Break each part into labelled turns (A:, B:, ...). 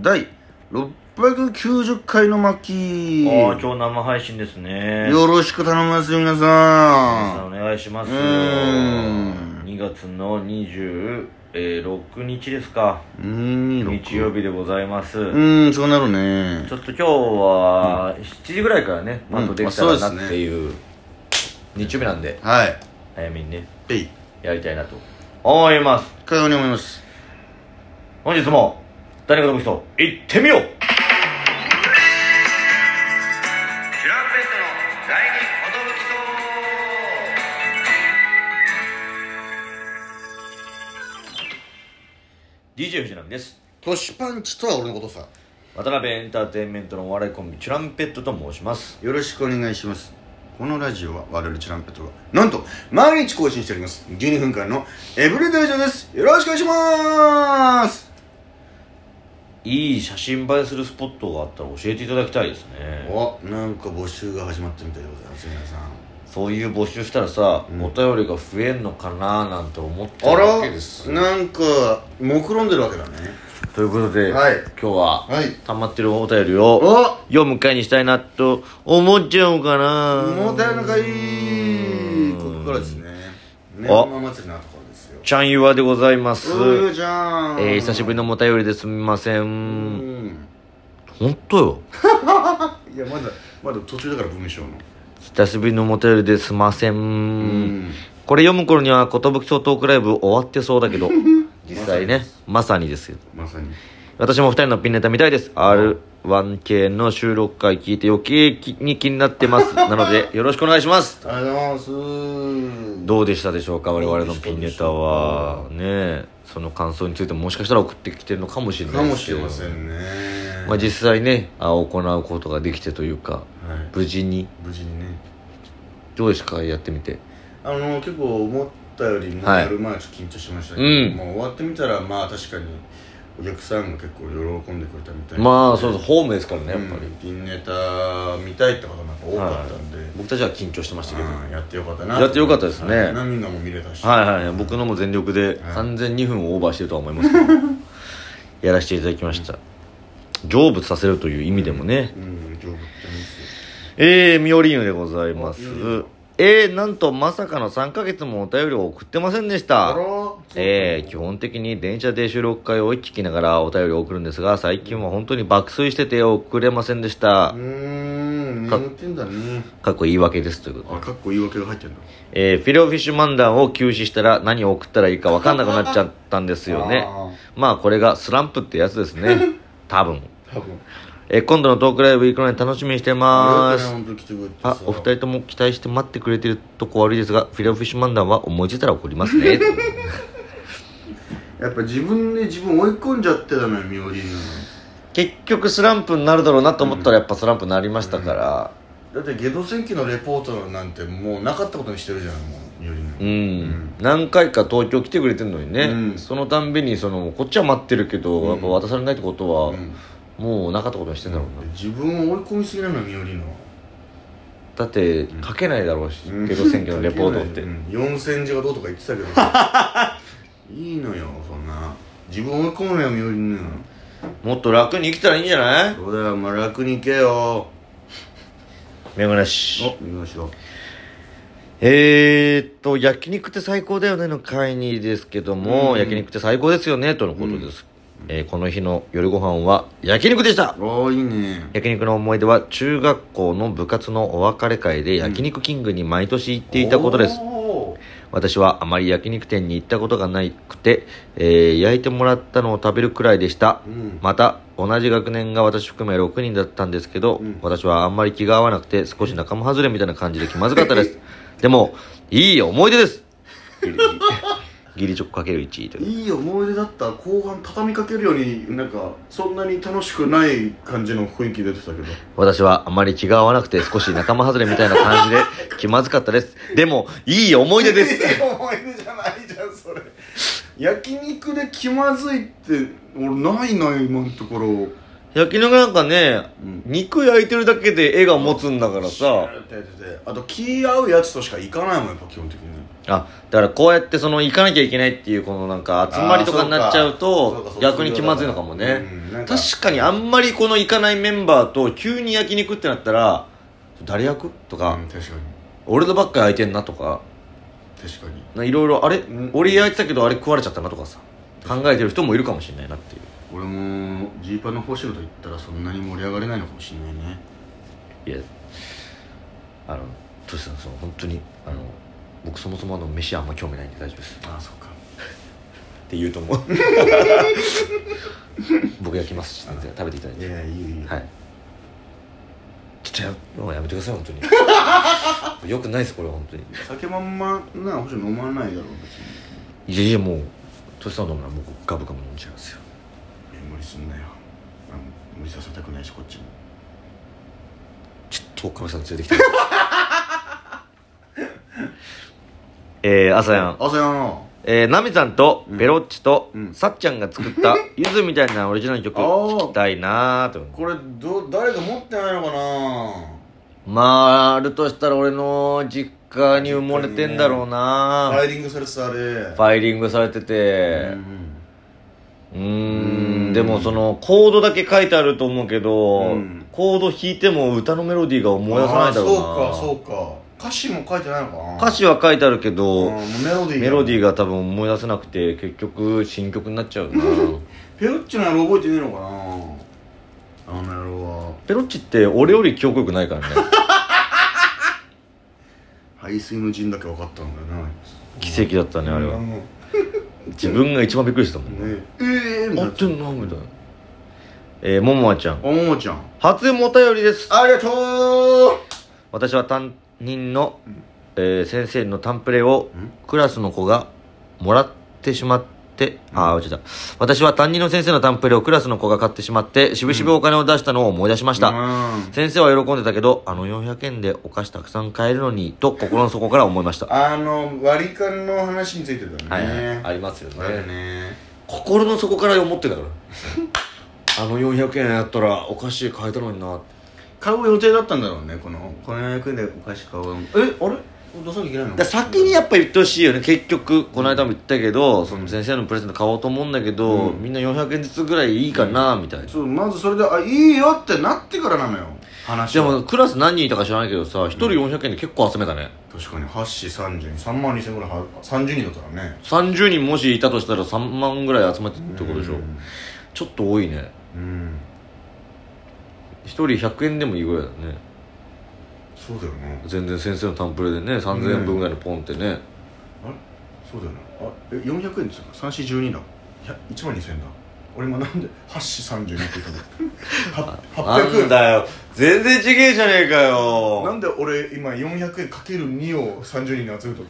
A: 第690回の巻
B: ああ、今日生配信ですね。
A: よろしく頼みますよ皆
B: 皆さん
A: さん
B: お願いします。
A: うーん
B: 2月の26日ですか。
A: 226
B: 日曜日でございます。
A: うーんそうなるね
B: ちょっと今日は7時ぐらいからね、
A: うん
B: パッとできたら
A: まあ
B: な
A: そうですね
B: っていう、日曜日なんで、
A: はい
B: 早めにね、
A: えい
B: やりたいなと思います。
A: かように思います
B: 本日も、誰かと僕と行ってみよう
C: シュランペットの第二寿き
B: !DJ 藤波です。
A: トシパンチとは俺のことさ
B: 渡辺エンターテインメントのお笑いコンビ、チュランペットと申します。
A: よろしくお願いしますこのラジオは我々チランペットがなんと毎日更新しております12分間のエブリデイジョーですよろしくお願いします
B: いい写真映えするスポットがあったら教えていただきたいですね
A: おなんか募集が始まったみたいでございます皆さん
B: そういう募集したらさ、
A: うん
B: お便りが増えんのかななんて思って
A: あ
B: る
A: ら
B: わけです
A: なんか目論んでるわけだね
B: ということで、
A: はい
B: 今日は、
A: はい
B: 溜まってるお便りを
A: お
B: 読む会にしたいなと思っちゃおうかな
A: もたいなかいここからですねねお祭りのところですよ
B: ちゃんゆわでございます
A: うーじゃん
B: えー、久しぶり
A: り
B: のお便りですみませ
A: うんん
B: 本当よ
A: いやまだまだ途中だから文章の
B: 久しぶりのお便りですません
A: う
B: これ読む頃には「寿町トークライブ」終わってそうだけど実際ねまさにですよ
A: まさに
B: 私も二人のピンネタ見たいです R1K の収録回聞いて余計に気になってますなのでよろしくお願いします
A: ありがとうございます
B: どうでしたでしょうか我々のピンネタはねえその感想についてももしかしたら送ってきてるのかもしれな
A: か
B: いで
A: も
B: す
A: し
B: け
A: れ
B: ど
A: ませんね
B: まあ、実際ねあ行うことができてというか
A: はい
B: 無事に
A: 無事にね
B: どうですかやってみて
A: あの結構思ったよりも
B: はい
A: やる前はちょっと緊張しましたけ
B: うん
A: ど、もう終わってみたらまあ確かにお客さんが結構喜んでくれたみたいな
B: まあそうそうホームですからねやっ
A: やっ
B: ぱ
A: ぱ
B: り、
A: りピンネタ見たいって方なんか多かったんで、
B: 僕たちは緊張してましたけど、
A: うんやってよかったな
B: やってよかったですね
A: はい涙も見れたし、
B: はいはいはい僕のも全力で
A: はい
B: 完全2分をオーバーしてるとは思いますけ どやらせていただきました成仏させるという意味でもね、
A: うん丈夫って
B: えー、ミオリーヌでございます
A: おミオリーヌ
B: えー、なんとまさかの3ヶ月もお便りを送ってませんでし
A: ま
B: た
A: すよ
B: えー、基本的に電車で収録会を聞きながらお便りを送るんですが最近は本当に爆睡してて送れませんでした
A: うーん
B: か
A: 眠ってんだね
B: かっこ言い訳ですということで
A: あかっこ言い訳が入ってんだ
B: えーフィレオフィッシュ漫談を休止したら何を送ったらいいか分かんなくなっちゃったんですよね
A: あ
B: まあこれがスランプってやつですね 多分、
A: 多分
B: えー今度のトークライブ行くのに楽しみにしてま
A: あ
B: ーす
A: 本当に来てくれて
B: あお二人とも期待して待ってくれてるとこ悪いですがフィレオフィッシュ漫談は思いついたら送りますね
A: やっぱ自分で自分追い込んじゃってたのよミオリーヌ
B: 結局スランプになるだろうなと思ったらやっぱスランプになりましたから
A: だってゲド戦記のレポートなんてもうなかったことにしてるじゃんもうミオリー
B: うん、
A: ヌ
B: 何回か東京来てくれてるのにね、
A: うん
B: そのたんびにそのこっちは待ってるけど、やっぱ渡されないってことは、
A: うん
B: もうなかったことにしてんだろうな、
A: 自分を追い込みすぎなのよミオリーヌは
B: だって書けないだろうし、
A: うん
B: ゲド選挙のレポートって、
A: うん4000字がどうとか言ってたけどいいのよそんな自分追い込むのよみおりん
B: もっと楽に生きたらいいんじゃない
A: そうだよまあ楽にいけよ
B: めぐなし
A: お見ましょう
B: えー、っと「焼肉って最高だよね」の会にですけども「
A: うん
B: 焼肉って最高ですよね」とのことです、えーこの日の夜ご飯は焼肉でした
A: ああいいね
B: 焼肉の思い出は中学校の部活のお別れ会で焼肉キングに毎年行っていたことです、
A: おー
B: 私はあまり焼肉店に行ったことがなくて、えー焼いてもらったのを食べるくらいでした、
A: うん
B: また同じ学年が私含め6人だったんですけど、
A: うん
B: 私はあんまり気が合わなくて少し仲間外れみたいな感じで気まずかったです でもいい思い出ですギリギリチョコかける1位という
A: いい思い出だった後半畳みかけるようになんかそんなに楽しくない感じの雰囲気出てたけど
B: 私はあまり気が合わなくて少し仲間外れみたいな感じで気まずかったですでもいい思い出です
A: 思い出じゃないじゃんそれ焼肉で気まずいって俺ないな今のところ
B: 焼肉なんかね、
A: うん
B: 肉焼いてるだけで絵が持つんだからさ、
A: あと気合うやつとしか行かないもんやっぱ基本的に
B: あだからこうやってその行かなきゃいけないっていうこのなんか集まりとかになっちゃう
A: あーそうか
B: と
A: そうか
B: 逆に気まずいのかもね
A: うんなんか
B: 確かにあんまりこの行かないメンバーと急に焼肉ってなったら誰役とか、
A: うん確かに
B: 俺のばっかり空いてんなとか
A: 確かに
B: ないろいろあれ、
A: ん
B: 俺焼いてたけどあれ食われちゃったなとかさ考えてる人もいるかもしれないなっていう
A: 俺もジーパンの星野と言ったらそんなに盛り上がれないのかもしれないね
B: いやあのトシさんその本当にあの僕そもそもあの飯あんま興味ないんで大丈夫です
A: ああそうか
B: って言うと 思う僕焼きますし全然食べていただい
A: い
B: て
A: やいやいいよいいよ
B: はいちょっとやもうやめてください本 当によくないですこれは本当に
A: 酒まんまな星野飲まないだろう別に
B: いやいやもうトシさん飲むなら僕ガブガブ飲んじゃうんですよ
A: いや無理すんなよあの無理させたくないしこっちも
B: ちょっとおかみさん連れてきて えー、朝やん
A: 朝やの
B: えー、ナミさんとベロッチと、
A: うん
B: さっちゃんが作 ったゆずみたいなオリジナル曲
A: あー
B: 聴きたいなーと
A: これど誰か持ってないのか
B: まああるとしたら俺の実家に埋もれてんだろう
A: な
B: な
A: ファイリングされてたあれ
B: ファイリングされてて
A: うん
B: うー
A: うんん
B: でもそのコードだけ書いてあると思うけど、
A: うん
B: コード弾いても歌のメロディーが思い出さないだろうな
A: あーそうかそうか歌詞も書いてないのかな
B: 歌詞は書いてあるけど、
A: うんメロディー
B: メロディー
A: が
B: が多分思い出せなくて結局新曲になっちゃうな
A: ペロッチの野郎覚えてねえのかなあの野郎は
B: ペロッチって俺より記憶力な いからね
A: 排水の陣だけ分かったんだよなあいつ
B: 奇跡だったねあれ
A: う
B: は
A: んね
B: 自分が一番びっくりしたもんね
A: えええみたい
B: 合
A: な
B: ってんなみたいなえー、ももあちゃん
A: おももちゃん
B: 初お便りです
A: ありがとう
B: 私は担任の、えー先生のタンプレをクラスの子がもらってしまって、ああ間違えた私は担任の先生のタンプレをクラスの子が買ってしまってしぶしぶお金を出したのを思い出しました、
A: うん
B: 先生は喜んでたけどあの400円でお菓子たくさん買えるのにと心の底から思いましたは
A: あの割り勘の話についてだね
B: い、はい、ありますよ
A: だよ
B: ね
A: ね
B: 心の底から思って たからあの400円やったらお菓子買えたのにな
A: 買う予定だったんだろうねこのこの400円でお菓子買おうえあれ出さなきゃいけないの
B: だから先にやっぱ言ってほしいよね結局この間も言ったけどその先生のプレゼント買おうと思うんだけど、
A: うん
B: みんな400円ずつぐらいいいかなみたいな、
A: そうまずそれであいいよってなってからなのよ話
B: で
A: は
B: もクラス何人いたか知らないけどさ1人400円で結構集めたね、
A: 確かに8四30 3万2000ぐらいは30人だったらね
B: 30人もしいたとしたら3万ぐらい集めてってことでしょ、
A: うん
B: ちょっと多いね
A: うん
B: 1人100円でもいいぐらいだね
A: そうだよね
B: 全然先生のタンプレでね3000円分ぐらいのポンってね、
A: あれそうだよねあえ400円ですよ3四12だいや1万2000だ俺今なんで8四32って言ったの は800円
B: だよ全然ちげえじゃねえか
A: な
B: よ
A: んで俺今400円かける2を30人に集めたの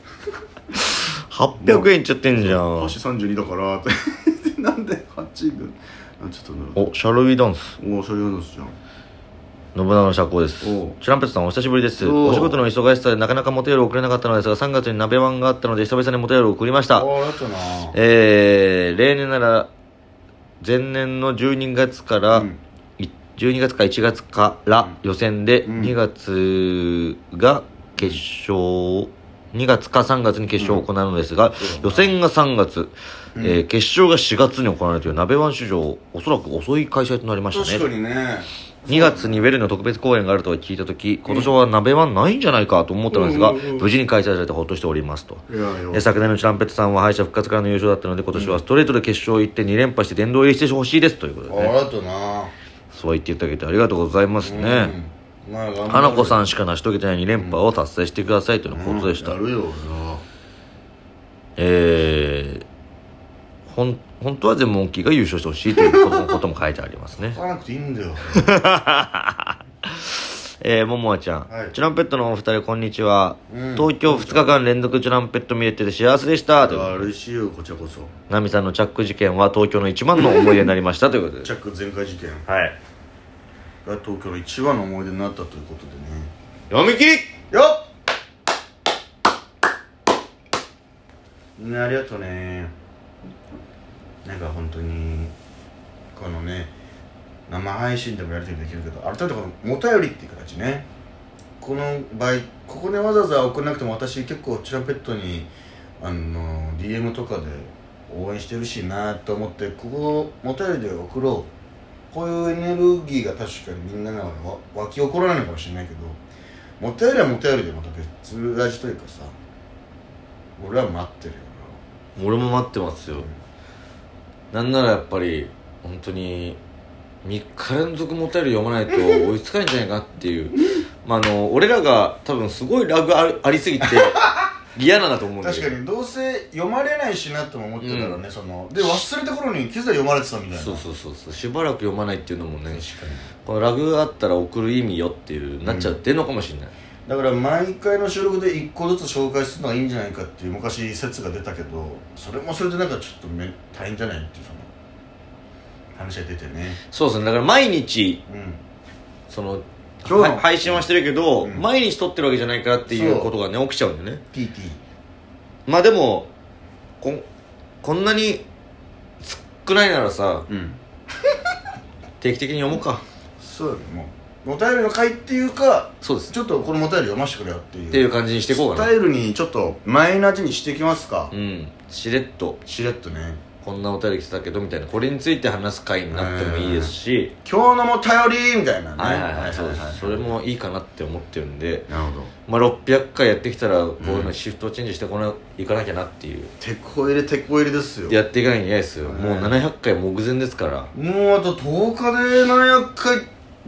B: 800円いっちゃってんじゃんおシ
A: 8三32だから ってなんで8分あちょっとな
B: ャルウィダンス
A: おおそれなんですじゃん
B: 信長の社交です
A: おう
B: チュランペットさんお久しぶりです
A: おう
B: お仕事の忙しさでなかなかモテ夜を送れなかったのですが3月に鍋ワンがあったので久々にモテ夜を送りました
A: ああだったな
B: えー、例年なら前年の12月から、
A: うん
B: い12月か1月から予選で、
A: うん
B: 2月が決勝2月か3月に決勝を行うのですが、予選が3月、えー決勝が4月に行われるという鍋ワン史上おそらく遅い開催となりましたね
A: 確かにね
B: 2月にウェルの特別公演があるとは聞いた時今年は鍋はないんじゃないかと思ったのですが、
A: うんうんうん
B: 無事に開催されてほっとしておりますと
A: いやいや
B: で昨年のチュランペットさんは敗者復活からの優勝だったので今年はストレートで決勝行って2連覇して殿堂入りしてほしいですということでね
A: ああだったな
B: そう言っていただけてありがとうございますね、
A: うんまあ頑張
B: 花子
A: ん
B: さんしか成し遂げてない2連覇を達成してくださいというのことでした、
A: やるよ
B: えー、ほん本当は全問キーが優勝してほしいということもことも書いてありますね
A: 書かなくていいんだよ
B: えー、ももあちゃん、
A: はい
B: チュランペットのお二人こんにちは、
A: うん
B: 東京2日間連続チュランペット見れてて幸せでしたということで
A: 嬉しいよこちらこそ
B: ナミさんのチャック事件は東京の一番の思い出になりましたということ で
A: チャック前回事件
B: はい
A: が東京の一番の思い出になったということでね
B: 読み切り
A: よっみんなありがとうねなんか本当にこのね生配信でもやりとりできるけど改めてこのお便りっていう形ねこの場合ここでわざわざ送らなくても私結構チュラペットにあの DM とかで応援してるしなと思ってここをもたよりで送ろうこういうエネルギーが確かにみんなの中でわ湧き起こらないのかもしれないけどもたよりはもたよりでまた別味というかさ俺は待ってるよ
B: 俺も待ってますよなんならやっぱり本当に3日連続もお便り読まないと追いつかないんじゃないかっていうまああの俺らが多分すごいラグあるありすぎ て嫌なんだと思うん
A: な
B: だけ
A: 確か
B: ど
A: にどうせ読まれないしなとも思ってたからね、
B: う
A: そので忘れた頃に気づいたら読まれてたみたいな
B: そうそうそうそうしばらく読まないっていうのもね
A: 確かに
B: このラグがあったら送る意味よっていうなっちゃってんのかもしれない、
A: だから毎回の収録で1個ずつ紹介するのがいいんじゃないかっていう昔説が出たけどそれもそれでなんかちょっとめ大変じゃないっていうその話が出てね
B: そうですねだから毎日
A: うん
B: その
A: 今日の
B: は配信はしてるけど、
A: うん
B: 毎日撮ってるわけじゃないからってい
A: そうう
B: ことがね起きちゃうんだよね
A: TT
B: まあでもこんこんなに少ないならさ
A: うん
B: 定期的に読もうか
A: そうだねもうお便りの回っていうか
B: そうです
A: ちょっとこのお便り読ませてくれよっていう
B: っていう感じにしていこうか
A: ス
B: な
A: タイルにちょっとマイナーにしていきますか、
B: うんしれっと
A: しれっとね
B: こんなお便り来てたけどみたいなこれについて話す回になってもいいですし
A: 今日のも頼りみたいなね
B: はいはいはいそうですそれもいいかなって思ってるんで
A: なるほど
B: まあ600回やってきたらこういうのシフトチェンジしてこないかなきゃなっていう
A: てこ入れてこ入れですよ
B: やっていかなきゃいけないですよ
A: はい
B: もう700回目前ですから
A: もうあと10日で700回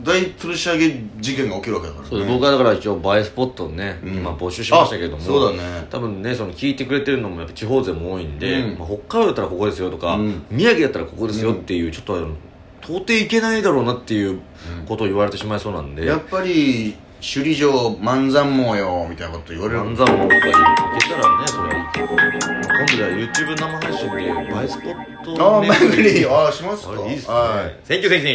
A: 大吊るし上げ事件が起きるわけだからね
B: そうです僕はだから一応映えスポットをね
A: うん
B: 今募集しましたけども
A: あそうだね
B: 多分ねその聞いてくれてるのもやっぱ地方勢も多いんで、
A: うん
B: まあ、北海道だったらここですよとか、
A: うん
B: 宮城だったらここですよっていう、ちょっとあの到底いけないだろうなっていうことを言われてしまいそうなんで、
A: やっぱり首里城万山網よみたいなこと言われる
B: 安山もとかいけたらねそれはいいけど今度じゃあ YouTube 生配信で映えスポット
A: ああ巡
B: 巡り
A: りああしますか
B: あれいいっすね
A: はい
B: 選挙選挙